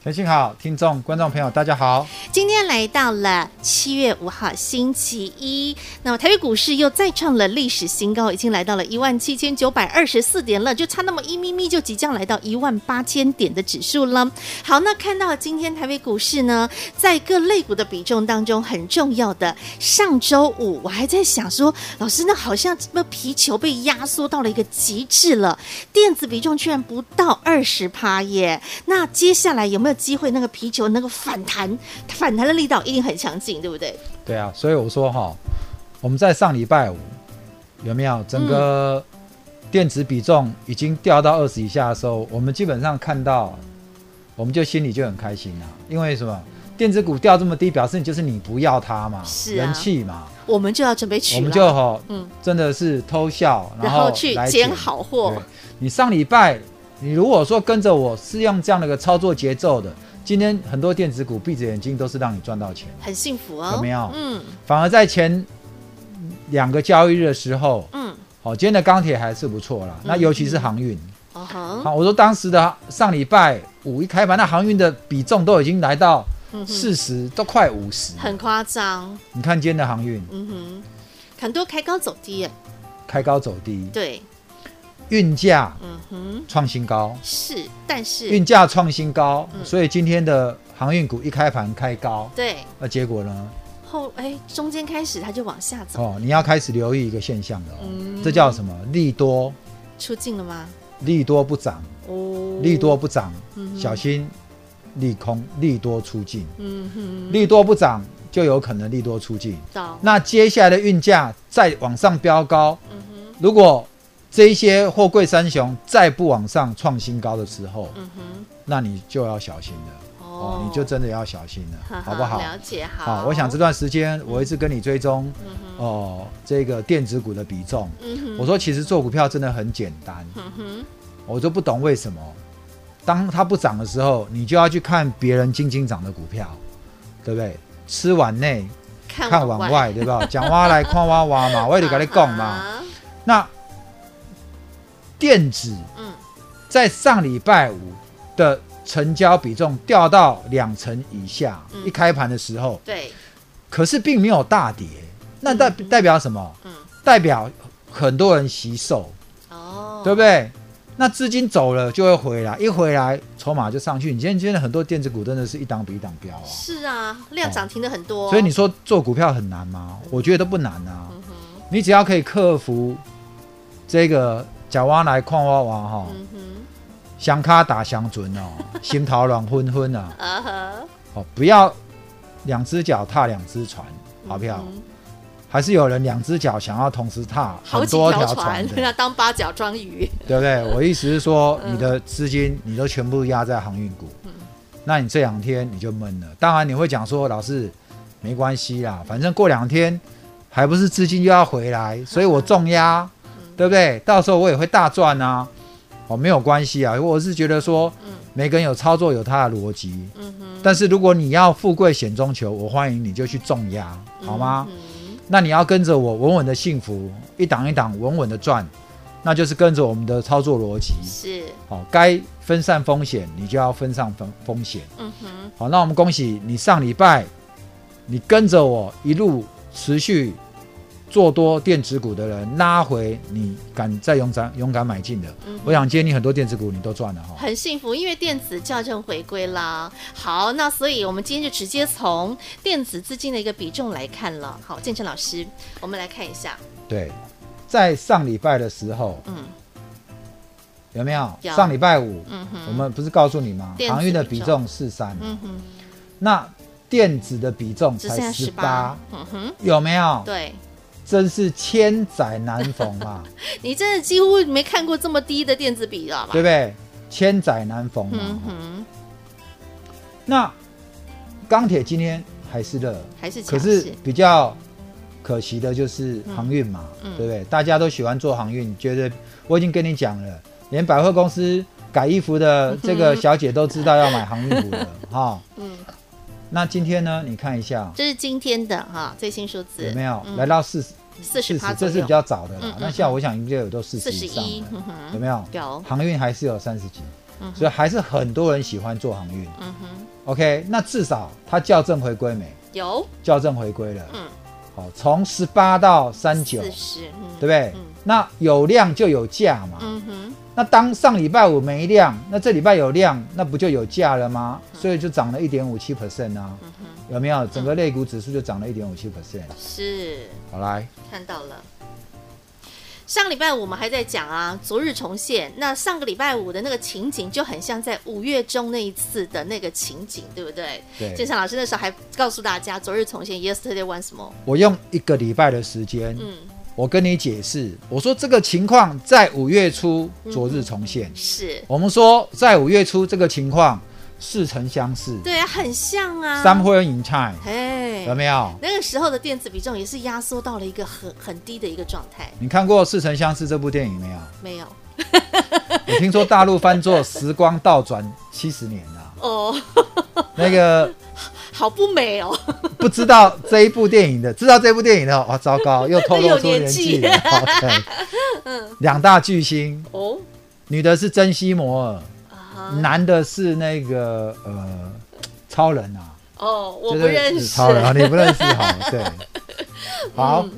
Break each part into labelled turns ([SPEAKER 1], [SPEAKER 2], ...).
[SPEAKER 1] 陈信哎好，听众、观众朋友，大家好。
[SPEAKER 2] 今天来到了七月五号星期一，那么台北股市又再创了历史新高，已经来到了一万七千九百二十四点了，就差那么一咪咪，就即将来到一万八千点的指数了。好，那看到今天台北股市呢，在各类股的比重当中很重要的，上周五我还在想说，老师，那好像那皮球被压缩到了一个极致了，电子比重居然不到二十趴耶。那接下来有没有机会那个皮球那个反弹，反弹的力道一定很强劲，对不对？
[SPEAKER 1] 对啊，所以我说哈，我们在上礼拜五有没有整个
[SPEAKER 2] 嗯
[SPEAKER 1] 电子比重已经掉到二十以下的时候，我们基本上看到，我们就心里就很开心啊，因为什么？电子股掉这么低，表示你就是你不要它嘛，
[SPEAKER 2] 是啊
[SPEAKER 1] 人气嘛，
[SPEAKER 2] 我们就要准备取了，
[SPEAKER 1] 我们就哈，
[SPEAKER 2] 嗯
[SPEAKER 1] 真的是偷笑，
[SPEAKER 2] 然
[SPEAKER 1] 后
[SPEAKER 2] 后去
[SPEAKER 1] 来
[SPEAKER 2] 捡好货
[SPEAKER 1] 对。你上礼拜，你如果说跟着我是用这样的一个操作节奏的，今天很多电子股闭着眼睛都是让你赚到钱。
[SPEAKER 2] 很幸福哦，
[SPEAKER 1] 有没有
[SPEAKER 2] 嗯
[SPEAKER 1] 反而在前两个交易日的时候，
[SPEAKER 2] 嗯，
[SPEAKER 1] 好、今天的钢铁还是不错啦。那尤其是航运，
[SPEAKER 2] 哦吼，
[SPEAKER 1] 好、我说当时的上礼拜五一开盘，那航运的比重都已经来到
[SPEAKER 2] 嗯哼，
[SPEAKER 1] 四十、都快五十。
[SPEAKER 2] 很夸张，
[SPEAKER 1] 你看今天的航运
[SPEAKER 2] 嗯哼，很多开高走低耶，
[SPEAKER 1] 开高走低，
[SPEAKER 2] 对，
[SPEAKER 1] 运价
[SPEAKER 2] 嗯哼，
[SPEAKER 1] 创新高，
[SPEAKER 2] 是，但是
[SPEAKER 1] 运价创新高，
[SPEAKER 2] 嗯
[SPEAKER 1] 所以今天的航运股一开盘开高，
[SPEAKER 2] 对
[SPEAKER 1] 那结果呢？
[SPEAKER 2] 后哎中间开始它就往下走，
[SPEAKER 1] 哦，你要开始留意一个现象了、哦，
[SPEAKER 2] 嗯
[SPEAKER 1] 这叫什么？利多
[SPEAKER 2] 出镜了吗？
[SPEAKER 1] 利多不涨，
[SPEAKER 2] 哦，
[SPEAKER 1] 利多，不涨，
[SPEAKER 2] 嗯哼
[SPEAKER 1] 小心利空，利多出尽，
[SPEAKER 2] 嗯哼，
[SPEAKER 1] 利多不涨就有可能利多出尽。
[SPEAKER 2] 到，
[SPEAKER 1] 那接下来的运价再往上飙高，
[SPEAKER 2] 嗯哼，
[SPEAKER 1] 如果这一些货柜三雄再不往上创新高的时候，
[SPEAKER 2] 嗯哼，
[SPEAKER 1] 那你就要小心
[SPEAKER 2] 哦
[SPEAKER 1] 了哦，，你就真的要小心了，好不好？
[SPEAKER 2] 了解好，
[SPEAKER 1] 好，我想这，段时间我一直跟你追踪
[SPEAKER 2] 嗯哼，
[SPEAKER 1] 哦，这个电子股的比重。
[SPEAKER 2] 嗯哼，
[SPEAKER 1] 我说其实做股票真的很简单，
[SPEAKER 2] 嗯哼，
[SPEAKER 1] 我就不懂为什么，当它不涨的时候，你就要去看别人轻轻涨的股票，对不对？吃碗内
[SPEAKER 2] 看
[SPEAKER 1] 看碗，外，对吧？讲挖来看挖挖嘛，我也得跟你讲嘛。
[SPEAKER 2] 啊哈，
[SPEAKER 1] 那电子
[SPEAKER 2] 嗯，
[SPEAKER 1] 在上礼拜五的成交比重掉到两成以下，
[SPEAKER 2] 嗯
[SPEAKER 1] 一开盘的时候，
[SPEAKER 2] 对，
[SPEAKER 1] 可是并没有大跌，那代
[SPEAKER 2] 嗯
[SPEAKER 1] 代表什么？
[SPEAKER 2] 嗯，
[SPEAKER 1] 代表很多人惜售，
[SPEAKER 2] 哦，
[SPEAKER 1] 对不对？那资金走了就会回来，一回来筹码就上去。你今天今天很多电子股真的是一档比一档飙啊，
[SPEAKER 2] 是啊，量涨停的很多，
[SPEAKER 1] 哦所以你说做股票很难吗？我觉得都不难啊，
[SPEAKER 2] 嗯哼，
[SPEAKER 1] 你只要可以克服这个假挖来矿挖挖哈，
[SPEAKER 2] 嗯哼，
[SPEAKER 1] 想卡打想准哦，心头软昏昏啊，
[SPEAKER 2] 啊哈，
[SPEAKER 1] 哦，不要两只脚踏两只船，好不好？
[SPEAKER 2] 嗯
[SPEAKER 1] 还是有人两只脚想要同时踏
[SPEAKER 2] 好
[SPEAKER 1] 很
[SPEAKER 2] 几
[SPEAKER 1] 多
[SPEAKER 2] 条
[SPEAKER 1] 条
[SPEAKER 2] 船
[SPEAKER 1] 船的，，
[SPEAKER 2] 要当八角装鱼，
[SPEAKER 1] 对不 对？我意思是说，
[SPEAKER 2] 嗯
[SPEAKER 1] 你的资金你都全部压在航运股，那你这两天你就闷了。当然你会讲说，老师没关系啦，反正过两天还不是资金又要回 来，所以我重压，
[SPEAKER 2] 嗯
[SPEAKER 1] 对不对？到时候我也会大赚啊，哦，没有关系啊。我是觉得说
[SPEAKER 2] 嗯，
[SPEAKER 1] 每个人有操作有他的逻辑，
[SPEAKER 2] 嗯哼，
[SPEAKER 1] 但是如果你要富贵险中求，我欢迎你就去重压，好吗？
[SPEAKER 2] 嗯
[SPEAKER 1] 那你要跟着我稳稳的幸福，一档一档稳稳的赚，那就是跟着我们的操作逻辑。
[SPEAKER 2] 哼是，
[SPEAKER 1] 好，该分散风险，你就要分散风风险。
[SPEAKER 2] 嗯哼，
[SPEAKER 1] 好，那我们恭喜你上礼拜，你跟着我一路持续做多电子股的人，拉回你敢再勇敢勇敢买进的，
[SPEAKER 2] 嗯哼
[SPEAKER 1] 我想今天你很多电子股你都赚了哈、
[SPEAKER 2] 很幸福，因为电子校正回归啦。好，那所以我们今天就直接从电子资金的一个比重来看了。好，建成老师，我们来看一下，
[SPEAKER 1] 对，在上礼拜的时候
[SPEAKER 2] 嗯
[SPEAKER 1] 有没有？
[SPEAKER 2] 有
[SPEAKER 1] 上礼拜五、
[SPEAKER 2] 嗯哼，
[SPEAKER 1] 我们不是告诉你吗？
[SPEAKER 2] 电子
[SPEAKER 1] 航运的
[SPEAKER 2] 比
[SPEAKER 1] 比
[SPEAKER 2] 重
[SPEAKER 1] 重四三、
[SPEAKER 2] 嗯哼，
[SPEAKER 1] 那电子的比重
[SPEAKER 2] 只剩下
[SPEAKER 1] 才
[SPEAKER 2] 十
[SPEAKER 1] 十
[SPEAKER 2] 八
[SPEAKER 1] 八，，
[SPEAKER 2] 嗯哼，
[SPEAKER 1] 有没有？
[SPEAKER 2] 对
[SPEAKER 1] 真是千载难逢嘛，
[SPEAKER 2] 你真的几乎没看过这么低的电子比了吧？
[SPEAKER 1] 对不对？
[SPEAKER 2] 嗯
[SPEAKER 1] 千载难逢嘛。
[SPEAKER 2] 嗯哼，
[SPEAKER 1] 那钢铁今天还是热，
[SPEAKER 2] 还是
[SPEAKER 1] 可
[SPEAKER 2] 强
[SPEAKER 1] 是
[SPEAKER 2] 势，
[SPEAKER 1] 比较可惜的就是
[SPEAKER 2] 嗯
[SPEAKER 1] 航运嘛，
[SPEAKER 2] 嗯
[SPEAKER 1] 对不对？大家都喜欢做航运，觉得我已经跟你讲了，连百货公司改衣服的这个小姐都知道要买航运 股了哈、
[SPEAKER 2] 嗯，
[SPEAKER 1] 那今天呢，你看一下
[SPEAKER 2] 这是今天的哈最新数字
[SPEAKER 1] 有没有、
[SPEAKER 2] 嗯
[SPEAKER 1] 来到四十？
[SPEAKER 2] 四十
[SPEAKER 1] 四
[SPEAKER 2] 趴
[SPEAKER 1] 十，
[SPEAKER 2] 左
[SPEAKER 1] 这是
[SPEAKER 2] 右
[SPEAKER 1] 比，较早的啦。
[SPEAKER 2] 嗯嗯
[SPEAKER 1] 那下午我想应该有都四十
[SPEAKER 2] 四十
[SPEAKER 1] 以上
[SPEAKER 2] 一，
[SPEAKER 1] 了，
[SPEAKER 2] 嗯
[SPEAKER 1] 有
[SPEAKER 2] 哼，
[SPEAKER 1] 没有？
[SPEAKER 2] 有，
[SPEAKER 1] 航运还是有三十几，
[SPEAKER 2] 嗯
[SPEAKER 1] 所以
[SPEAKER 2] 哼，
[SPEAKER 1] 还是很多人喜欢做航运。
[SPEAKER 2] 嗯哼，
[SPEAKER 1] OK，那至少它校正回归没？
[SPEAKER 2] 有
[SPEAKER 1] 校正回归了。
[SPEAKER 2] 嗯，
[SPEAKER 1] 好，从十八到三九，
[SPEAKER 2] 四
[SPEAKER 1] 对
[SPEAKER 2] 十，嗯
[SPEAKER 1] 不对？
[SPEAKER 2] 嗯
[SPEAKER 1] 那有量就有价嘛。
[SPEAKER 2] 嗯哼，
[SPEAKER 1] 那当上礼拜五没量，那这礼拜有量，那不就有价了吗？所以就涨了一点五七 percent 啊，
[SPEAKER 2] 嗯哼，
[SPEAKER 1] 有没有？整个类股指数就涨了一点五七 percent。
[SPEAKER 2] 是。
[SPEAKER 1] 好来，
[SPEAKER 2] 看到了。上礼拜我们还在讲啊，昨日重现。那上个礼拜五的那个情景就很像在五月中那一次的那个情景，对不对？
[SPEAKER 1] 对
[SPEAKER 2] 建祥老师那时候还告诉大家，昨日重现，yesterday once more。
[SPEAKER 1] 我用一个礼拜的时间，
[SPEAKER 2] 嗯，
[SPEAKER 1] 我跟你解释，我说这个情况在五月初
[SPEAKER 2] 嗯
[SPEAKER 1] 昨日重现。
[SPEAKER 2] 是，
[SPEAKER 1] 我们说在五月初这个情况似曾相识
[SPEAKER 2] 对啊，很像啊。
[SPEAKER 1] ，somewhere in time，
[SPEAKER 2] 嘿
[SPEAKER 1] 有，没有？
[SPEAKER 2] 那个时候的电子比重也是压缩到了一个很很低的一个状态，
[SPEAKER 1] 你看过《似曾相识》这部电影没有？
[SPEAKER 2] 没有
[SPEAKER 1] 我听说大陆翻作《时光倒转七十年》啊，
[SPEAKER 2] 哦，
[SPEAKER 1] 那个
[SPEAKER 2] 好不美哦。
[SPEAKER 1] 不知道这一部电影的，知道这部电影的，哇，哦糟糕，又透露 出
[SPEAKER 2] 又有
[SPEAKER 1] 年
[SPEAKER 2] 年纪
[SPEAKER 1] 纪
[SPEAKER 2] 嗯
[SPEAKER 1] 了。OK，两大巨星，
[SPEAKER 2] 哦
[SPEAKER 1] 女的是珍惜摩尔，
[SPEAKER 2] 啊
[SPEAKER 1] 男的是那个呃超人啊，
[SPEAKER 2] 哦，我
[SPEAKER 1] 就
[SPEAKER 2] 不
[SPEAKER 1] 是
[SPEAKER 2] 认识
[SPEAKER 1] 超。人啊，你不认识好， 对，好，
[SPEAKER 2] 嗯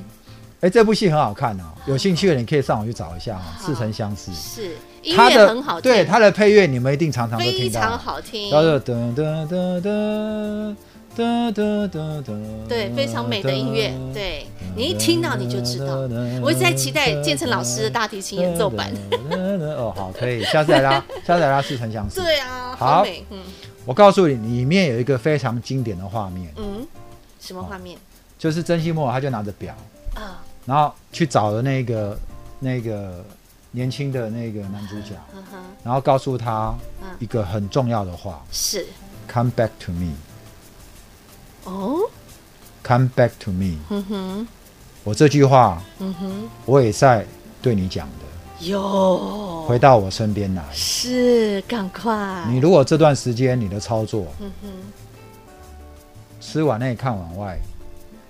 [SPEAKER 1] 哎、这部戏很好看哦，有兴趣的你可以上网去找一下啊，
[SPEAKER 2] 好
[SPEAKER 1] 似曾相识，
[SPEAKER 2] 是音乐很好听，
[SPEAKER 1] 对它的配乐你们一定常常都
[SPEAKER 2] 非
[SPEAKER 1] 听
[SPEAKER 2] 常
[SPEAKER 1] 到，啊
[SPEAKER 2] 好听，
[SPEAKER 1] 叫做噔噔噔噔噔噔噔噔，
[SPEAKER 2] 对，非常美的音乐，对你一听到你就知道。我一
[SPEAKER 1] 我
[SPEAKER 2] 直在期待建成老师的大提琴演奏版。。
[SPEAKER 1] 哦，好，可以，下次来拉，下次来拉似曾相识。
[SPEAKER 2] 对啊，
[SPEAKER 1] 好
[SPEAKER 2] 好美，嗯
[SPEAKER 1] 我告诉你，里面有一个非常经典的画面，
[SPEAKER 2] 嗯，什么画面
[SPEAKER 1] 就是真希莫尔他就拿着表，
[SPEAKER 2] 啊？
[SPEAKER 1] 然后去找了那个那个年轻的那个男主角，
[SPEAKER 2] 呵呵，
[SPEAKER 1] 然后告诉他
[SPEAKER 2] 嗯
[SPEAKER 1] 一个很重要的话
[SPEAKER 2] 是
[SPEAKER 1] ：Come back to me,
[SPEAKER 2] 哦，
[SPEAKER 1] come back to me。
[SPEAKER 2] 嗯哼，
[SPEAKER 1] 我这句话
[SPEAKER 2] 嗯哼，
[SPEAKER 1] 我也在对你讲的，
[SPEAKER 2] 有
[SPEAKER 1] 回到我身边来。
[SPEAKER 2] 是，赶快，
[SPEAKER 1] 你如果这段时间你的操作
[SPEAKER 2] 嗯哼，
[SPEAKER 1] 吃碗内看碗外，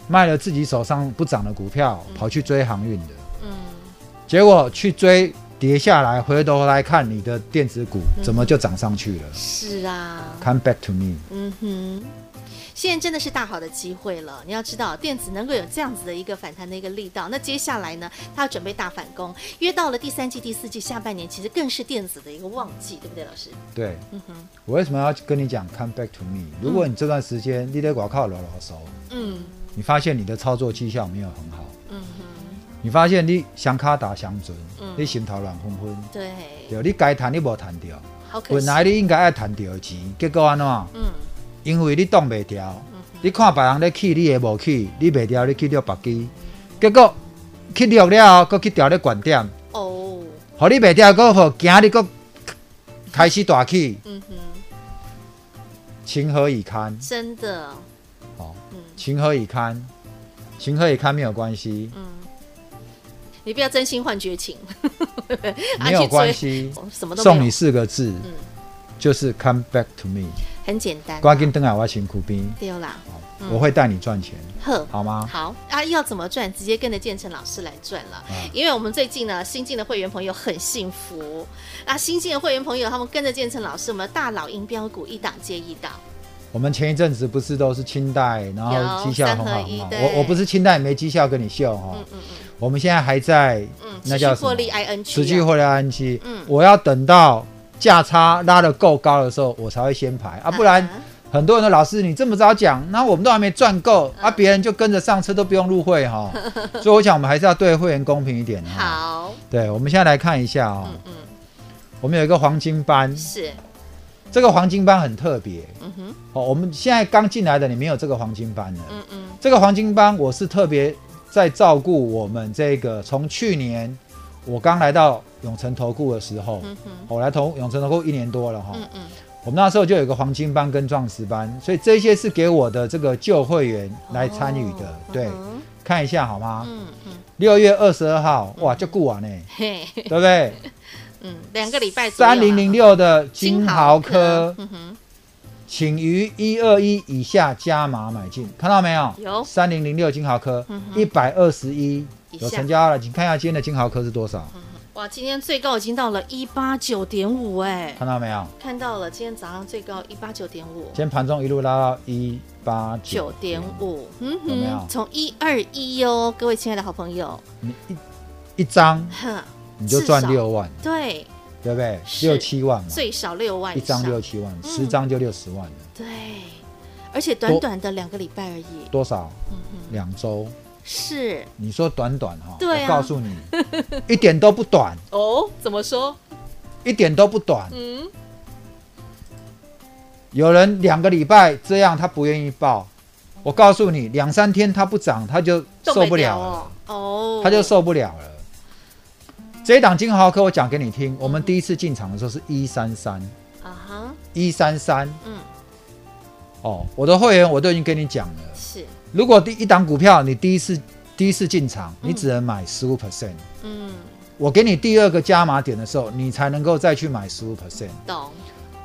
[SPEAKER 1] 卖了自己手上不涨的股票，跑去追航运的，
[SPEAKER 2] 嗯，
[SPEAKER 1] 结果去追跌下来，回头来看你的电子股
[SPEAKER 2] 嗯
[SPEAKER 1] 怎么就涨上去了
[SPEAKER 2] 是啊，
[SPEAKER 1] ？Come back to me，
[SPEAKER 2] 嗯哼，现在真的是大好的机会了。你要知道，电子能够有这样子的一个反弹的一个力道，那接下来呢，它要准备大反攻。约到了第三季、第四季下半年，其实更是电子的一个旺季，对不对，老师？
[SPEAKER 1] 对
[SPEAKER 2] 嗯哼，
[SPEAKER 1] 我为什么要跟你讲 come back to me？如果你这段时间你在广靠老老熟，
[SPEAKER 2] 嗯
[SPEAKER 1] 你发现你的操作绩效没有很好，
[SPEAKER 2] 嗯哼，
[SPEAKER 1] 你发现你想卡打想准
[SPEAKER 2] 嗯，
[SPEAKER 1] 你心头乱昏昏，
[SPEAKER 2] 对，
[SPEAKER 1] 对，你该谈你无谈到，
[SPEAKER 2] 好可
[SPEAKER 1] 本
[SPEAKER 2] 惜。
[SPEAKER 1] 来你应该爱谈到的钱，结果安怎样？
[SPEAKER 2] 嗯
[SPEAKER 1] 因为你挡袂牢，你看别人咧去，你也无去，你袂牢，你去了别支，结果去了了后，佫去调咧悬点，
[SPEAKER 2] 哦，
[SPEAKER 1] 互你袂牢，佫互今日佫开始大起，
[SPEAKER 2] 嗯哼，
[SPEAKER 1] 情何以堪？
[SPEAKER 2] 真的，
[SPEAKER 1] 哦，
[SPEAKER 2] 嗯
[SPEAKER 1] 情何以堪？情何以堪没有关系，
[SPEAKER 2] 嗯，你不要真心换绝情，啊
[SPEAKER 1] 没有关，
[SPEAKER 2] 去，
[SPEAKER 1] 系
[SPEAKER 2] 追 什么都
[SPEAKER 1] 送
[SPEAKER 2] 没
[SPEAKER 1] 你
[SPEAKER 2] 有，
[SPEAKER 1] 四个字，
[SPEAKER 2] 嗯
[SPEAKER 1] 就是 come back to me，
[SPEAKER 2] 很简单，
[SPEAKER 1] 赶紧登来我辛苦边，
[SPEAKER 2] 丢啦，
[SPEAKER 1] 哦
[SPEAKER 2] 嗯
[SPEAKER 1] 我会带你赚钱，
[SPEAKER 2] 呵。
[SPEAKER 1] 好吗？
[SPEAKER 2] 好啊，要怎么赚？直接跟着建成老师来赚了。
[SPEAKER 1] 啊
[SPEAKER 2] 因为我们最近呢，新进的会员朋友很幸福啊，新进的会员朋友他们跟着建成老师，我们的大佬音标股一档接一档，
[SPEAKER 1] 我们前一阵子不是都是清代，然后
[SPEAKER 2] 有
[SPEAKER 1] 绩效很好
[SPEAKER 2] 三合一
[SPEAKER 1] 很好。
[SPEAKER 2] 对
[SPEAKER 1] 我我不是清代没绩效跟你秀哈、
[SPEAKER 2] 嗯嗯嗯
[SPEAKER 1] 我们现在还在
[SPEAKER 2] 嗯，
[SPEAKER 1] 那叫
[SPEAKER 2] 持
[SPEAKER 1] 什
[SPEAKER 2] 续
[SPEAKER 1] 么
[SPEAKER 2] 获利 ING，
[SPEAKER 1] 持续获利安期。
[SPEAKER 2] 嗯
[SPEAKER 1] 我要等到价差拉得够高的时候，我才会先排啊，不然
[SPEAKER 2] 啊
[SPEAKER 1] 很多人说老师你这么早讲，那我们都还没赚够啊，
[SPEAKER 2] 嗯
[SPEAKER 1] 别人就跟着上车都不用入 会哈、所以我想我们还是要对会员公平一点哈、
[SPEAKER 2] 好，
[SPEAKER 1] 对，我们现在来看一下啊、
[SPEAKER 2] 嗯嗯，
[SPEAKER 1] 我们有一个黄金班，
[SPEAKER 2] 是，
[SPEAKER 1] 这个黄金班很特别
[SPEAKER 2] 嗯哼，
[SPEAKER 1] 哦，我们现在刚进来的你没有这个黄金班的。
[SPEAKER 2] 嗯嗯
[SPEAKER 1] 这个黄金帮，我是特别在照顾我们这个从去年我刚来到永诚投顾的时候，
[SPEAKER 2] 嗯哼，
[SPEAKER 1] 我来投永诚投顾一年多了哈，
[SPEAKER 2] 嗯嗯，
[SPEAKER 1] 我们那时候就有一个黄金班跟钻石班，所以这些是给我的这个旧会员来参与的。
[SPEAKER 2] 哦
[SPEAKER 1] 对，
[SPEAKER 2] 嗯
[SPEAKER 1] 看一下好吗？
[SPEAKER 2] 嗯嗯，
[SPEAKER 1] 六月二十二号，哇，就顾 完呢，
[SPEAKER 2] 嘿，
[SPEAKER 1] 对不对？
[SPEAKER 2] 嗯，两个礼拜左右啊
[SPEAKER 1] 三零零六的金
[SPEAKER 2] 金
[SPEAKER 1] 豪
[SPEAKER 2] 豪
[SPEAKER 1] 科
[SPEAKER 2] 科，，嗯哼，
[SPEAKER 1] 请于一二一以下加码买进，看到没有？
[SPEAKER 2] 有
[SPEAKER 1] 三零零六金豪科
[SPEAKER 2] 嗯，哼
[SPEAKER 1] 一百二十一
[SPEAKER 2] 以下嗯
[SPEAKER 1] 有成交了，请看一下今天的金豪科是多少，
[SPEAKER 2] 哇，今天最高已经到了一八九点五哎，
[SPEAKER 1] 看到没有？
[SPEAKER 2] 看到了，今天早上最高一八九点五
[SPEAKER 1] 今。天盘中一路拉到一八
[SPEAKER 2] 九点，五，嗯
[SPEAKER 1] 有没有
[SPEAKER 2] 哼，从一二一哟，各位亲爱的好朋友，
[SPEAKER 1] 你一一张
[SPEAKER 2] 哼，
[SPEAKER 1] 你就赚
[SPEAKER 2] 至少
[SPEAKER 1] 六万，
[SPEAKER 2] 对，
[SPEAKER 1] 对不对？
[SPEAKER 2] 是
[SPEAKER 1] 六七万嘛，
[SPEAKER 2] 最少六万
[SPEAKER 1] 一
[SPEAKER 2] 以上
[SPEAKER 1] 张六七万，
[SPEAKER 2] 嗯
[SPEAKER 1] 十张就六十万了，
[SPEAKER 2] 对，而且短
[SPEAKER 1] 多
[SPEAKER 2] 短的两个礼拜而已，
[SPEAKER 1] 多少？
[SPEAKER 2] 嗯哼，
[SPEAKER 1] 两周。
[SPEAKER 2] 是
[SPEAKER 1] 你说短短哈，
[SPEAKER 2] 对啊
[SPEAKER 1] 我告诉你，一点都不短，
[SPEAKER 2] 哦，怎么说？
[SPEAKER 1] 一点都不短。
[SPEAKER 2] 嗯，
[SPEAKER 1] 有人两个礼拜这样，他不愿意报。我告诉你，两三天它不涨，他就
[SPEAKER 2] 动
[SPEAKER 1] 受不
[SPEAKER 2] 掉
[SPEAKER 1] 了了，
[SPEAKER 2] 哦，哦，
[SPEAKER 1] 他就受不了了。这一档金豪科，我讲给你听，我们第一次进场的时候是一三三
[SPEAKER 2] 啊哈，
[SPEAKER 1] 一三三
[SPEAKER 2] 嗯，
[SPEAKER 1] 哦，我的会员我都已经跟你讲了，
[SPEAKER 2] 是，
[SPEAKER 1] 如果第一档股票你第一次第一次进场，
[SPEAKER 2] 嗯
[SPEAKER 1] 你只能买十五 percent，
[SPEAKER 2] 嗯，
[SPEAKER 1] 我给你第二个加码点的时候，你才能够再去买十五 percent。
[SPEAKER 2] 懂，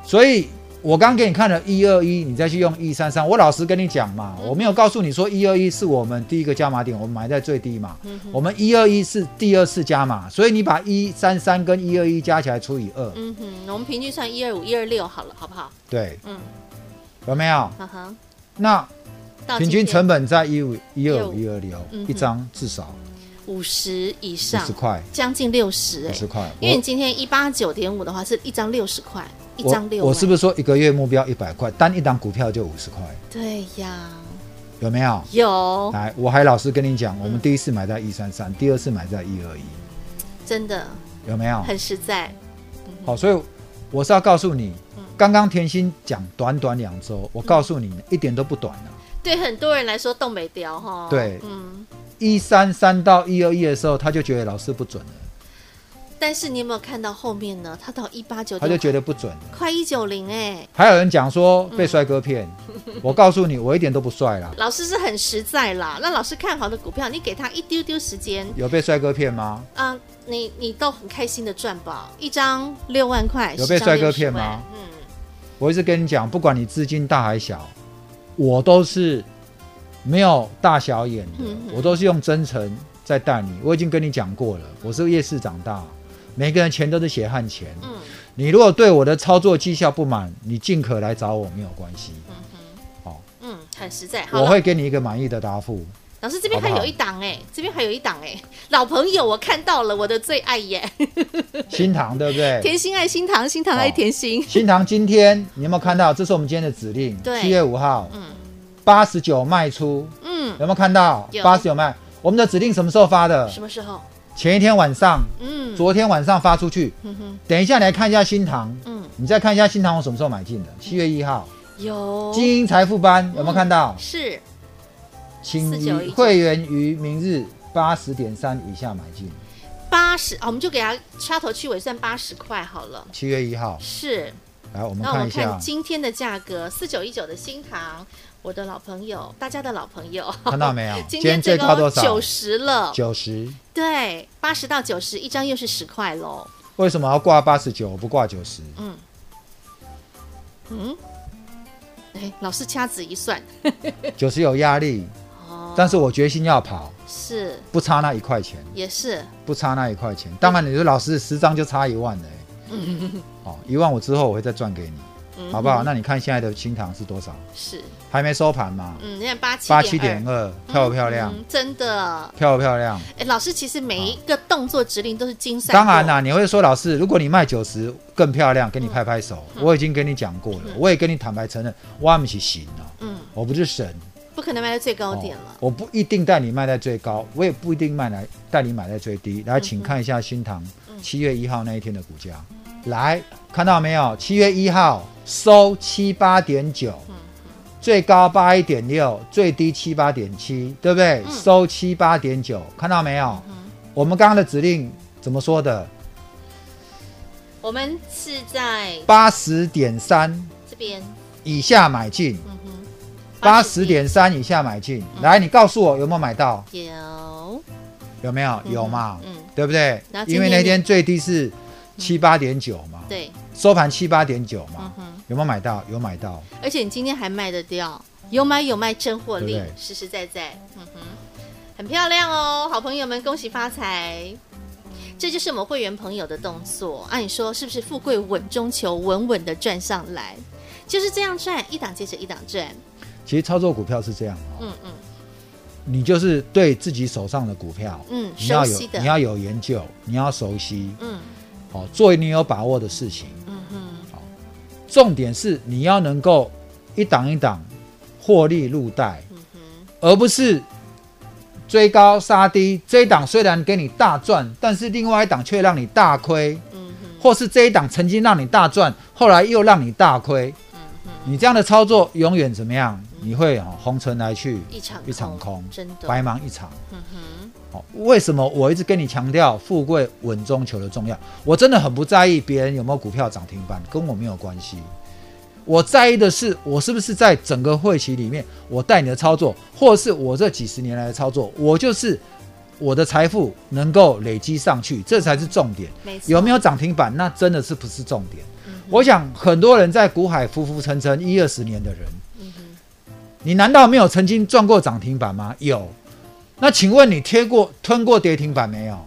[SPEAKER 1] 所以我刚给你看了一二一，你再去用一三三。我老实跟你讲嘛，
[SPEAKER 2] 嗯
[SPEAKER 1] 我没有告诉你说一二一是我们第一个加码点，我们买在最低嘛。
[SPEAKER 2] 嗯哼，
[SPEAKER 1] 我们一二一是第二次加码，所以你把一三三跟一二一加起来除以二，
[SPEAKER 2] 嗯哼，我们平均算一二五、一二六好了，好不好？
[SPEAKER 1] 对，
[SPEAKER 2] 嗯，
[SPEAKER 1] 有没有？
[SPEAKER 2] 啊哈，
[SPEAKER 1] 那
[SPEAKER 2] 到
[SPEAKER 1] 平均成本在一五一二
[SPEAKER 2] 15
[SPEAKER 1] 五一二六，
[SPEAKER 2] 啊嗯哼
[SPEAKER 1] 一张至少
[SPEAKER 2] 五十以
[SPEAKER 1] 五
[SPEAKER 2] 上
[SPEAKER 1] 十，块，
[SPEAKER 2] 将近六十
[SPEAKER 1] 五
[SPEAKER 2] 哎
[SPEAKER 1] 十。块。
[SPEAKER 2] 因为你
[SPEAKER 1] 我
[SPEAKER 2] 今天一八九点五的话，是一张六十块，一张六
[SPEAKER 1] 我我是不
[SPEAKER 2] 是？
[SPEAKER 1] 是说一个月目标一百块，单一档股票就五十块，
[SPEAKER 2] 对呀，
[SPEAKER 1] 有没有？
[SPEAKER 2] 有
[SPEAKER 1] 来，我还老实跟你讲，我们第一次买在一三三，第二次买在一二一，
[SPEAKER 2] 真的
[SPEAKER 1] 有没有？
[SPEAKER 2] 很实在。
[SPEAKER 1] 好，所以我是要告诉你，
[SPEAKER 2] 嗯
[SPEAKER 1] 刚刚甜心讲短短两周，我告诉你一点都不短啊。
[SPEAKER 2] 对很多人来说，冻北雕哈，
[SPEAKER 1] 对
[SPEAKER 2] 嗯。
[SPEAKER 1] 一三三到一二一的时候，他就觉得老师不准了，
[SPEAKER 2] 但是你有没有看到后面呢？他到一八九，
[SPEAKER 1] 他就觉得不准了。
[SPEAKER 2] 快一九零哎，
[SPEAKER 1] 还有人讲说
[SPEAKER 2] 嗯
[SPEAKER 1] 被帅 哥骗，我告诉你，我一点都不帅啦。
[SPEAKER 2] 老师是很实在啦。那老师看好的股票，你给他一丢丢时间，
[SPEAKER 1] 有被帅哥骗吗？
[SPEAKER 2] 啊，你你都很开心的赚吧，一张六万块，
[SPEAKER 1] 有被
[SPEAKER 2] 十张
[SPEAKER 1] 帅哥
[SPEAKER 2] 60
[SPEAKER 1] 骗吗
[SPEAKER 2] 万？嗯，
[SPEAKER 1] 我一直跟你讲，不管你资金大还小，我都是没有大小眼的
[SPEAKER 2] 嗯，嗯
[SPEAKER 1] 我都是用真诚在带你。我已经跟你讲过了，我是夜市长大，每个人钱都是血汗钱。
[SPEAKER 2] 嗯
[SPEAKER 1] 你如果对我的操作绩效不满，你尽可来找我没有关系，
[SPEAKER 2] 嗯哼，
[SPEAKER 1] 好
[SPEAKER 2] 嗯，很实在。好
[SPEAKER 1] 我
[SPEAKER 2] 了，
[SPEAKER 1] 会给你一个满意的答 复。
[SPEAKER 2] 老师这边
[SPEAKER 1] 好
[SPEAKER 2] 还
[SPEAKER 1] 不好
[SPEAKER 2] 有一档哎、这边还有一档哎、老朋友我看到了，我的最爱耶，
[SPEAKER 1] 新塘对 不对？
[SPEAKER 2] 甜心爱新糖，新糖爱
[SPEAKER 1] 好
[SPEAKER 2] 甜心，
[SPEAKER 1] 新塘今天你有没有看到？这是我们今天的指令，
[SPEAKER 2] 对
[SPEAKER 1] 七月五号
[SPEAKER 2] 嗯
[SPEAKER 1] 八十九卖出，
[SPEAKER 2] 嗯，
[SPEAKER 1] 有没有看到
[SPEAKER 2] 有？
[SPEAKER 1] 八十九卖，我们的指令什么时候发的？
[SPEAKER 2] 什么时候？
[SPEAKER 1] 前一天晚上，
[SPEAKER 2] 嗯，
[SPEAKER 1] 昨天晚上发出去。
[SPEAKER 2] 嗯哼，
[SPEAKER 1] 等一下你来看一下新塘，
[SPEAKER 2] 嗯，
[SPEAKER 1] 你再看一下新塘我什么时候买进的？七月一号，
[SPEAKER 2] 有
[SPEAKER 1] 精英财富班有没有看到？
[SPEAKER 2] 是
[SPEAKER 1] 请
[SPEAKER 2] 4919
[SPEAKER 1] 于会员于明日八十点三以下买进，
[SPEAKER 2] 八十、啊，我们就给他掐头去尾算八十块好了。
[SPEAKER 1] 七月一号。
[SPEAKER 2] 是，
[SPEAKER 1] 来，我们
[SPEAKER 2] 那我
[SPEAKER 1] 看
[SPEAKER 2] 们
[SPEAKER 1] 一下
[SPEAKER 2] 看，今天的价格，四九一九的新糖，我的老朋友，大家的老朋友，
[SPEAKER 1] 看到没有？
[SPEAKER 2] 今
[SPEAKER 1] 天
[SPEAKER 2] 天最
[SPEAKER 1] 最高多
[SPEAKER 2] 高
[SPEAKER 1] 少？
[SPEAKER 2] 九十了，
[SPEAKER 1] 九十。
[SPEAKER 2] 对，八十到九十，一张又是十块喽。
[SPEAKER 1] 为什么要挂八十九，不挂九十？
[SPEAKER 2] 嗯，嗯，哎，老师掐指一算，
[SPEAKER 1] 九十有压力，
[SPEAKER 2] 哦，
[SPEAKER 1] 但是我决心要跑，
[SPEAKER 2] 是
[SPEAKER 1] 不差那一块钱，
[SPEAKER 2] 也是，
[SPEAKER 1] 不差那一块钱。当然，你说老师十张就差一万了、欸，哦，一万我之后我会再赚给你，
[SPEAKER 2] 嗯，
[SPEAKER 1] 好不好？？那你看现在的新塘是多少？
[SPEAKER 2] 是，
[SPEAKER 1] 还没收盘嘛，
[SPEAKER 2] 嗯，你看八七嗯
[SPEAKER 1] 八七点二，漂不漂亮？
[SPEAKER 2] 真的，
[SPEAKER 1] 漂不漂亮？
[SPEAKER 2] 哎，老师其实每一个动作指令都是精算，
[SPEAKER 1] 当然啦、，你会说老师，如果你卖九十更漂亮，给你拍拍手。
[SPEAKER 2] 嗯
[SPEAKER 1] 我已经跟你讲过了，我也跟你坦白承认，我不是行啊，
[SPEAKER 2] 嗯，
[SPEAKER 1] 我不是神，
[SPEAKER 2] 不可能卖到最高点
[SPEAKER 1] 哦
[SPEAKER 2] 了。
[SPEAKER 1] 我不一定带你卖在最高，我也不一定卖来带你买在最低。来，请看一下新塘七月一号那一天的股价，来看到没有？七月一号收七八点九，最高八一点六，最低七八点七，对不对？
[SPEAKER 2] 嗯
[SPEAKER 1] 收七八点哦九，看到没有？我们刚刚的指令怎么说的？
[SPEAKER 2] 我们是在
[SPEAKER 1] 八十点三
[SPEAKER 2] 这边，
[SPEAKER 1] 以下买进，
[SPEAKER 2] 嗯哼，
[SPEAKER 1] 八十点三以下买进。来，你告诉我有没有买到？
[SPEAKER 2] 有，
[SPEAKER 1] 有没有？
[SPEAKER 2] 嗯
[SPEAKER 1] 有嘛？
[SPEAKER 2] 嗯，
[SPEAKER 1] 对不对
[SPEAKER 2] 然后？今天嗯
[SPEAKER 1] 因为那天最低是七八点九嘛，
[SPEAKER 2] 对，
[SPEAKER 1] 收盘七八点九嘛
[SPEAKER 2] 嗯，哼，
[SPEAKER 1] 有没有买到？有买到。
[SPEAKER 2] 而且你今天还卖得掉，有买有卖，真获利
[SPEAKER 1] 对不，对
[SPEAKER 2] 实实在在，嗯哼，很漂亮哦，好朋友们，恭喜发财！这就是我们会员朋友的动作，按、你说是不是富贵稳中求，稳稳的赚上来，就是这样赚，一档接着一档赚，
[SPEAKER 1] 其实操作股票是这样哦，
[SPEAKER 2] 嗯嗯
[SPEAKER 1] 你就是对自己手上的股票，
[SPEAKER 2] 嗯，
[SPEAKER 1] 你要
[SPEAKER 2] 熟
[SPEAKER 1] 有
[SPEAKER 2] 悉的，
[SPEAKER 1] 你要有研究，你要熟悉，
[SPEAKER 2] 嗯
[SPEAKER 1] 哦，做你有把握的事情。
[SPEAKER 2] 嗯哼，
[SPEAKER 1] 重点是你要能够一档一档获利入袋，
[SPEAKER 2] 嗯哼，
[SPEAKER 1] 而不是追高杀低。这一档虽然给你大赚，但是另外一档却让你大亏，
[SPEAKER 2] 嗯哼，
[SPEAKER 1] 或是这一档曾经让你大赚，后来又让你大亏。
[SPEAKER 2] 嗯哼，嗯
[SPEAKER 1] 你这样的操作永远怎么样？你会哦红尘来去，
[SPEAKER 2] 一场
[SPEAKER 1] 一场空
[SPEAKER 2] 真的，
[SPEAKER 1] 白忙一场。
[SPEAKER 2] 嗯哼，
[SPEAKER 1] 哦，为什么我一直跟你强调富贵稳中求的重要？我真的很不在意别人有没有股票涨停板，跟我没有关系。我在意的是，我是不是在整个会期里面，我带你的操作，或是我这几十年来的操作，我就是我的财富能够累积上去，这才是重点。
[SPEAKER 2] 没错，
[SPEAKER 1] 有没有涨停板，那真的是不是重点？
[SPEAKER 2] 嗯哼
[SPEAKER 1] 我想很多人在股海浮浮沉沉一二十年的人，
[SPEAKER 2] 嗯哼，
[SPEAKER 1] 你难道没有曾经赚过涨停板吗？有。那请问你贴过吞过跌停板没有？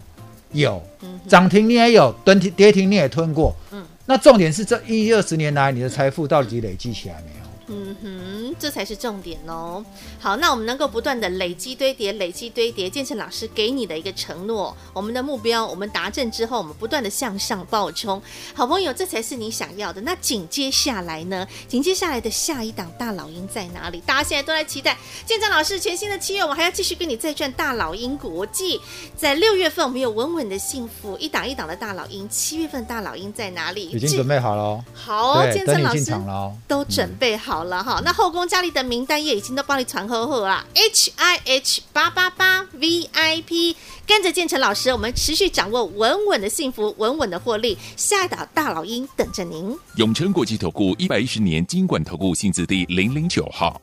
[SPEAKER 1] 有。
[SPEAKER 2] 嗯哼，
[SPEAKER 1] 涨停你也有，蹲停跌停你也吞过。
[SPEAKER 2] 嗯。
[SPEAKER 1] 那重点是这一二十年来你的财富到底累积起来没有？
[SPEAKER 2] 嗯哼，这才是重点哦。好，那我们能够不断的累积堆叠、累积堆叠，建成老师给你的一个承诺，我们的目标，我们达阵之后，我们不断的向上爆冲。好朋友，这才是你想要的。那紧接下来呢？紧接下来的下一档大老鹰在哪里？大家现在都在期待建成老师全新的七月，我还要继续跟你再赚大老鹰国际。在六月份，我们有稳稳的幸福，一档一档的大老鹰。七月份大老鹰在哪里？
[SPEAKER 1] 已经准备好了哦，
[SPEAKER 2] 好哦，
[SPEAKER 1] 对，
[SPEAKER 2] 建
[SPEAKER 1] 等
[SPEAKER 2] 成
[SPEAKER 1] 你
[SPEAKER 2] 老
[SPEAKER 1] 进
[SPEAKER 2] 师
[SPEAKER 1] 场了哦。
[SPEAKER 2] 都准备好了哈。那后宫佳丽的名单也已经都帮你传呵呵啊，H I H 八八八 V I P，跟着建成老师，我们持续掌握稳稳的幸福，稳稳的获利，下一档大老鹰等着您。
[SPEAKER 3] 永诚国际投顾一百一十年金管投顾性质第零零九号，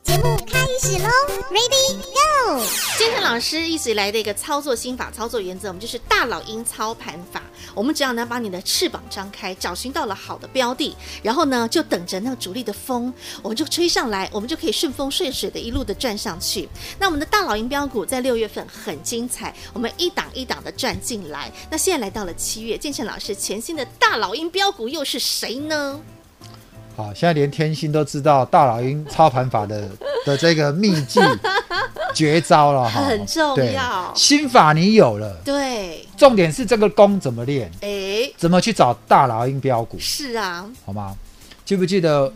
[SPEAKER 2] 建成老师一直以来的一个操作心法、操作原则，我们就是大老鹰操盘法。我们只要能把你的翅膀张开，找寻到了好的标的，然后呢，就等着那主力的风，我们就吹上来，我们就可以顺风顺水的一路的转上去。那我们的大老鹰标股在六月份很精彩，我们一档一档的转进来。那现在来到了七月，建成老师全新的大老鹰标股又是谁呢？
[SPEAKER 1] 好，啊现在连天星都知道大老鹰操盘 法的的这个秘技绝招了哈，
[SPEAKER 2] 很重
[SPEAKER 1] 对
[SPEAKER 2] 要
[SPEAKER 1] 心法你有了，
[SPEAKER 2] 对，
[SPEAKER 1] 重点是这个功怎么练，
[SPEAKER 2] 哎，
[SPEAKER 1] 怎么去找大老鹰标股。
[SPEAKER 2] 是啊，
[SPEAKER 1] 好吗？记不记得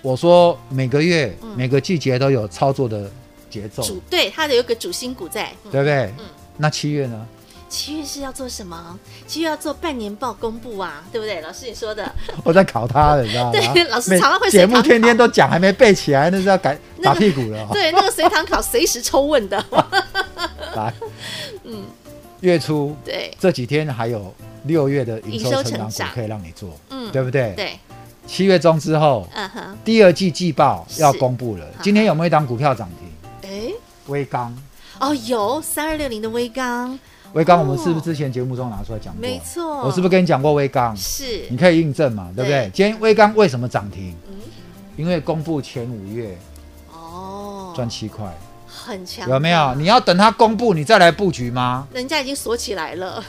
[SPEAKER 1] 我说每个月、每个季节都有操作的节奏，
[SPEAKER 2] 嗯主对它的有个主心骨在。嗯
[SPEAKER 1] 对不对？
[SPEAKER 2] 嗯
[SPEAKER 1] 那七月呢？
[SPEAKER 2] 七月是要做什么？七月要做半年报公布啊，对不对？老师你说的，
[SPEAKER 1] 我在考他了，你知道吗？
[SPEAKER 2] 对老师
[SPEAKER 1] 每
[SPEAKER 2] 常常会随
[SPEAKER 1] 节
[SPEAKER 2] 堂考
[SPEAKER 1] 目天天都讲，还没背起来，那是要改
[SPEAKER 2] 那
[SPEAKER 1] 打
[SPEAKER 2] 个
[SPEAKER 1] 屁股了、哦。
[SPEAKER 2] 对，那个随堂考随时抽问的，
[SPEAKER 1] 来，嗯，月初
[SPEAKER 2] 对，
[SPEAKER 1] 这几天还有六月的营
[SPEAKER 2] 营
[SPEAKER 1] 收
[SPEAKER 2] 收
[SPEAKER 1] 成
[SPEAKER 2] 成
[SPEAKER 1] 长股
[SPEAKER 2] 长
[SPEAKER 1] 可以让你做，
[SPEAKER 2] 嗯
[SPEAKER 1] 对不对？
[SPEAKER 2] 对，
[SPEAKER 1] 七月中之后，
[SPEAKER 2] 嗯哼，
[SPEAKER 1] 第二季季报
[SPEAKER 2] 是
[SPEAKER 1] 要公布了。今天有没有一档股票涨停？
[SPEAKER 2] 哎，
[SPEAKER 1] 微刚，
[SPEAKER 2] 哦，有三二六零的微钢，
[SPEAKER 1] 微刚，
[SPEAKER 2] 哦
[SPEAKER 1] 我们是不是之前节目中拿出来讲过？
[SPEAKER 2] 没错
[SPEAKER 1] 我是不是跟你讲过微刚？
[SPEAKER 2] 是
[SPEAKER 1] 你，可以印证嘛，对不对
[SPEAKER 2] 对？
[SPEAKER 1] 今天微刚为什么涨停？
[SPEAKER 2] 嗯，
[SPEAKER 1] 因为公布前五月
[SPEAKER 2] 哦，
[SPEAKER 1] 赚七块，
[SPEAKER 2] 很强，
[SPEAKER 1] 有没有？？你要等它公布你再来布局吗？
[SPEAKER 2] 人家已经锁起来了，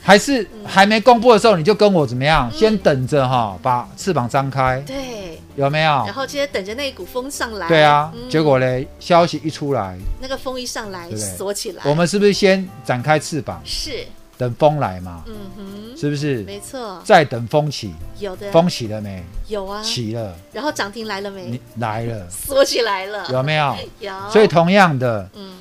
[SPEAKER 1] 还是
[SPEAKER 2] 嗯
[SPEAKER 1] 还没公布的时候你就跟我怎么样？先等着哈，把翅膀张开，
[SPEAKER 2] 对，
[SPEAKER 1] 有没有
[SPEAKER 2] 然？后接着等着那一股风上来，
[SPEAKER 1] 对啊，
[SPEAKER 2] 嗯
[SPEAKER 1] 结果嘞，消息一出来，
[SPEAKER 2] 那个风一上来
[SPEAKER 1] 对不对
[SPEAKER 2] 锁起来，
[SPEAKER 1] 我们是不是先展开翅膀，
[SPEAKER 2] 是，
[SPEAKER 1] 等风来嘛？
[SPEAKER 2] 嗯哼，
[SPEAKER 1] 是不是？
[SPEAKER 2] 没错，
[SPEAKER 1] 再等风起，
[SPEAKER 2] 有的
[SPEAKER 1] 风起了没？
[SPEAKER 2] 有啊，
[SPEAKER 1] 起了，
[SPEAKER 2] 然后涨停来了没
[SPEAKER 1] 你？来了，
[SPEAKER 2] 锁起来了，
[SPEAKER 1] 有没有？
[SPEAKER 2] 有，
[SPEAKER 1] 所以同样的，
[SPEAKER 2] 嗯，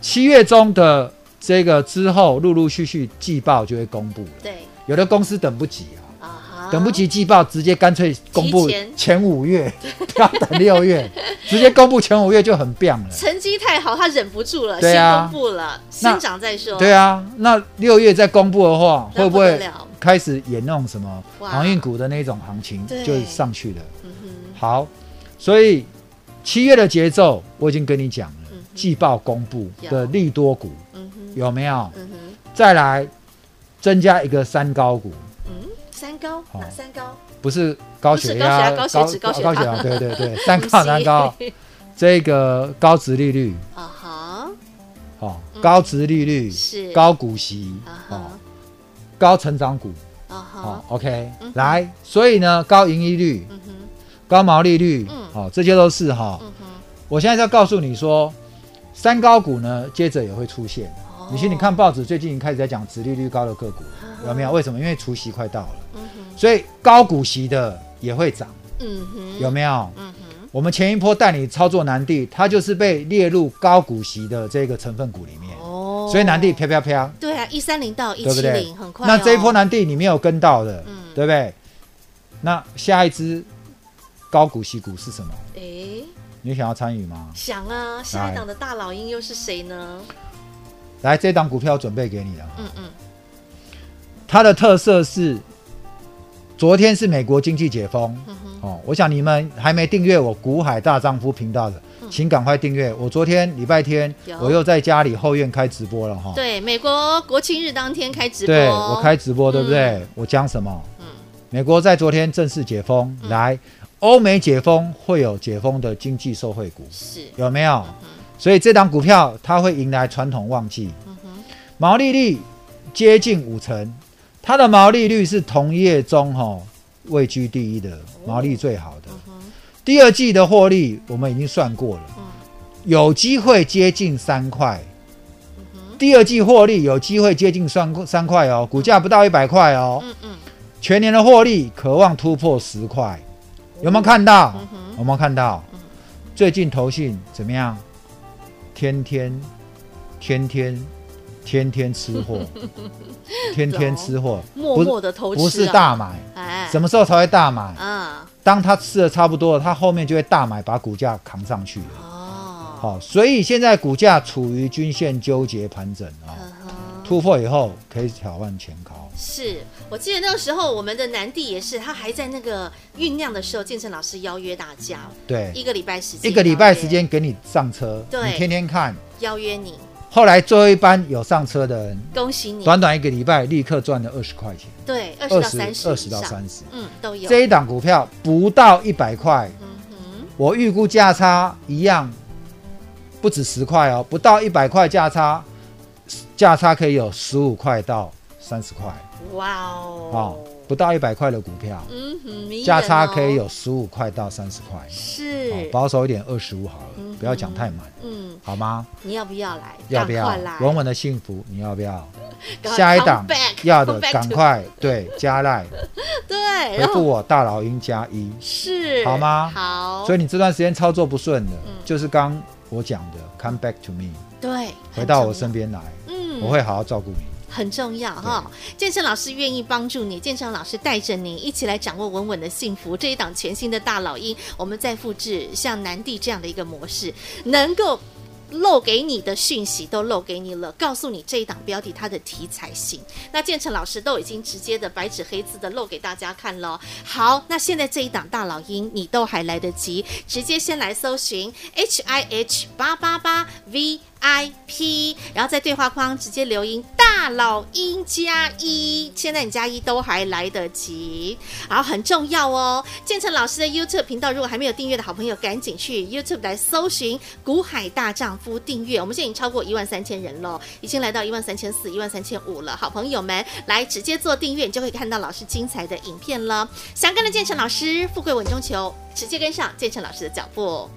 [SPEAKER 1] 七月中的这个之后，陆陆续续季报就会公布了。
[SPEAKER 2] 对。
[SPEAKER 1] 有的公司等不及啊，
[SPEAKER 2] 啊哈
[SPEAKER 1] 等不及季报，直接干脆公布
[SPEAKER 2] 提前
[SPEAKER 1] 前 五月，不要等六月，直接公布前五月就很棒了。
[SPEAKER 2] 成绩太好，他忍不住了，
[SPEAKER 1] 对啊
[SPEAKER 2] 先公布了，
[SPEAKER 1] 那
[SPEAKER 2] 先涨再说，
[SPEAKER 1] 对
[SPEAKER 2] 啊，
[SPEAKER 1] 啊，那六月再公布的话，会不
[SPEAKER 2] 不得
[SPEAKER 1] 会
[SPEAKER 2] 了？
[SPEAKER 1] 开始演那种什么
[SPEAKER 2] 哇
[SPEAKER 1] 航运股的那种行情
[SPEAKER 2] 对
[SPEAKER 1] 就上去了。
[SPEAKER 2] 嗯哼，
[SPEAKER 1] 好，所以七月的节奏我已经跟你讲了
[SPEAKER 2] 嗯，
[SPEAKER 1] 季报公布
[SPEAKER 2] 有
[SPEAKER 1] 的利多股
[SPEAKER 2] 嗯哼，
[SPEAKER 1] 有没有？
[SPEAKER 2] 嗯哼，
[SPEAKER 1] 再来增加一个三高股，
[SPEAKER 2] 嗯，三高，
[SPEAKER 1] 好
[SPEAKER 2] 哪三高？
[SPEAKER 1] 不是高血压、
[SPEAKER 2] 不是高血压高血脂
[SPEAKER 1] 高
[SPEAKER 2] 高血糖
[SPEAKER 1] 血压，对对对，三 高
[SPEAKER 2] 不是
[SPEAKER 1] 三高，这个高值利率，
[SPEAKER 2] 啊哈，
[SPEAKER 1] 哦
[SPEAKER 2] 嗯，
[SPEAKER 1] 高值利率，
[SPEAKER 2] 是
[SPEAKER 1] 高股息
[SPEAKER 2] 啊，
[SPEAKER 1] 哦
[SPEAKER 2] 哈，，
[SPEAKER 1] 高成长股，
[SPEAKER 2] 啊哈
[SPEAKER 1] 哦，，OK，
[SPEAKER 2] 嗯
[SPEAKER 1] 来，所以呢，高盈利率、
[SPEAKER 2] 嗯哼，
[SPEAKER 1] 高毛利率
[SPEAKER 2] 嗯，
[SPEAKER 1] 哦，这些都是哈。
[SPEAKER 2] 嗯哼，
[SPEAKER 1] 我现在要告诉你说，三高股呢，接着也会出现。
[SPEAKER 2] 哦哦
[SPEAKER 1] 你去你，看报纸，最近已经开始在讲殖利率高的个股，有没有？为什么？因为除息快到了，
[SPEAKER 2] 嗯哼，
[SPEAKER 1] 所以高股息的也会涨，
[SPEAKER 2] 嗯哼，
[SPEAKER 1] 有，没有？
[SPEAKER 2] 嗯哼，
[SPEAKER 1] 我们前一波带你操作南地，它就是被列入高股息的这个成分股里面，
[SPEAKER 2] 哦
[SPEAKER 1] 所以南地啪啪啪，
[SPEAKER 2] 对啊，一三零到一
[SPEAKER 1] 对
[SPEAKER 2] 七
[SPEAKER 1] 不对
[SPEAKER 2] 零，很？快哦。
[SPEAKER 1] 那这一波南地你没有跟到的，
[SPEAKER 2] 嗯
[SPEAKER 1] 对不对？那下一支高股息股是什么？
[SPEAKER 2] 诶，
[SPEAKER 1] 你想要参与吗？
[SPEAKER 2] 想啊，下一档的大老鹰又是谁呢？
[SPEAKER 1] 来，这档股票准备给你了。
[SPEAKER 2] 嗯嗯，
[SPEAKER 1] 它的特色是，昨天是美国经济解封，
[SPEAKER 2] 嗯哼，
[SPEAKER 1] 哦，我想你们还没订阅我股海大丈夫频道的，请赶快订阅。我昨天礼拜天
[SPEAKER 2] 嗯有
[SPEAKER 1] 我又在家里后院开直播了哈，
[SPEAKER 2] 对，美国国庆日当天开直播，
[SPEAKER 1] 对我开，直播对不对？
[SPEAKER 2] 嗯
[SPEAKER 1] 我讲什么？
[SPEAKER 2] 嗯
[SPEAKER 1] 美国在昨天正式解封，
[SPEAKER 2] 嗯
[SPEAKER 1] 来，欧美解封会有解封的经济受惠股，
[SPEAKER 2] 是，
[SPEAKER 1] 有没有？
[SPEAKER 2] 嗯
[SPEAKER 1] 所以这档股票它会迎来传统旺季，
[SPEAKER 2] 嗯哼，
[SPEAKER 1] 毛利率接近五成，它的毛利率是同业中哈、哦、位居第一的，毛利最好的。
[SPEAKER 2] 嗯哼，
[SPEAKER 1] 第二季的获利我们已经算过了
[SPEAKER 2] 嗯，
[SPEAKER 1] 有机会接近三块。
[SPEAKER 2] 嗯哼，
[SPEAKER 1] 第二季获利有机会接近三三块哦，股价不到一百块哦，
[SPEAKER 2] 嗯嗯，
[SPEAKER 1] 全年的获利渴望突破十块，有没有看到
[SPEAKER 2] 嗯？哼
[SPEAKER 1] 有没有看到
[SPEAKER 2] 嗯？
[SPEAKER 1] 最近投信怎么样？天天天天天天吃 货，天天吃货，
[SPEAKER 2] 默默的投吃、啊，
[SPEAKER 1] 不是，大买，
[SPEAKER 2] 哎，
[SPEAKER 1] 什么时候才会大买？
[SPEAKER 2] 啊，
[SPEAKER 1] 当他吃的差不多了，他后面就会大买，把股价扛上去。
[SPEAKER 2] 哦，
[SPEAKER 1] 好、所以现在股价处于均线纠结盘整啊、
[SPEAKER 2] 嗯哼。
[SPEAKER 1] 突破以后可以挑战前高。
[SPEAKER 2] 是我记得那个时候，我们的南帝也是，他还在那个酝酿的时候，建成老师邀约大家一
[SPEAKER 1] 对，
[SPEAKER 2] 个礼拜时间，
[SPEAKER 1] 一个礼拜时间给你上车，
[SPEAKER 2] 对
[SPEAKER 1] 你天天看。
[SPEAKER 2] 邀约你，
[SPEAKER 1] 后来最后一班有上车的人，
[SPEAKER 2] 恭喜你，
[SPEAKER 1] 短短一个礼拜立刻赚了二十块钱，
[SPEAKER 2] 对，二十到
[SPEAKER 1] 20
[SPEAKER 2] 三十，
[SPEAKER 1] 二十到，三十。
[SPEAKER 2] 嗯，都有，
[SPEAKER 1] 这一档股票不到一百块，
[SPEAKER 2] 嗯哼，
[SPEAKER 1] 我预估价差一样，不止十块哦，不到一百块价差，价差可以有十五块到三十块
[SPEAKER 2] 哇
[SPEAKER 1] 啊
[SPEAKER 2] 哦，，
[SPEAKER 1] 不到一百块的股票。
[SPEAKER 2] 嗯哼，迷人
[SPEAKER 1] 价差可以
[SPEAKER 2] 哦，
[SPEAKER 1] 有十五块到三十块，
[SPEAKER 2] 是
[SPEAKER 1] 哦，保守一点二十五好了
[SPEAKER 2] 嗯哼，
[SPEAKER 1] 不要讲太满，
[SPEAKER 2] 嗯，
[SPEAKER 1] 好吗？
[SPEAKER 2] 你要不要来？
[SPEAKER 1] 要不要
[SPEAKER 2] 赶快来？
[SPEAKER 1] 稳稳的幸福？你要不要？
[SPEAKER 2] 赶快
[SPEAKER 1] 下一档
[SPEAKER 2] come back，
[SPEAKER 1] 要的
[SPEAKER 2] come back to- 哎
[SPEAKER 1] 赶快对加赖
[SPEAKER 2] 对，
[SPEAKER 1] 回
[SPEAKER 2] 然
[SPEAKER 1] 复
[SPEAKER 2] 后
[SPEAKER 1] 我大老鹰加一。
[SPEAKER 2] 是
[SPEAKER 1] 好吗
[SPEAKER 2] 好，
[SPEAKER 1] 所以你这段时间操作不顺的
[SPEAKER 2] 嗯，
[SPEAKER 1] 就是刚我讲的，come back to me，
[SPEAKER 2] 对，
[SPEAKER 1] 回到我
[SPEAKER 2] 边。
[SPEAKER 1] 身边来，
[SPEAKER 2] 嗯，
[SPEAKER 1] 我会好好照顾你。
[SPEAKER 2] 很重要哈。健身老师愿意帮助你，健身老师带着你一起来掌握稳稳的幸福。这一档全新的大老鹰，我们再复制像南帝这样的一个模式，能够。漏给你的讯息都漏给你了，告诉你这一档标的它的题材性。那建成老师都已经直接的白纸黑字的露给大家看了哦。好，那现在这一档大老鹰你都还来得及，直接先来搜寻 H I H 八八八 V I P，然后在对话框直接留言大老鹰加一，现在你加一都还来得及。然后很重要哦，建成老师的 YouTube 频道，如果还没有订阅的好朋友，赶紧去 YouTube 来搜寻“股海大丈夫”订阅。我们现在已经超过一万三千人了，已经来到一万三千四、一万三千五了。好朋友们，来直接做订阅，你就可以看到老师精彩的影片了。想跟着建成老师富贵稳中求，直接跟上建成老师的脚步。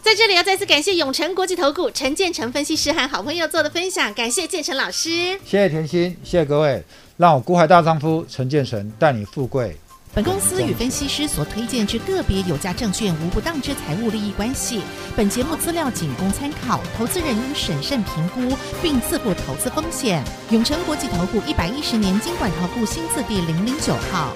[SPEAKER 2] 在这里要再次感谢永诚国际投顾陈建成分析师和好朋友做的分享，感谢建成老师。
[SPEAKER 1] 谢谢甜心，谢谢各位，让我孤海大丈夫陈建成带你富贵。
[SPEAKER 4] 本公司与分析师所推荐之个别有价证券无不当之财务利益关系。本节目资料仅供参考，投资人应审慎评估并自负投资风险。永诚国际投顾一百一十年经管投顾新字第零零九号。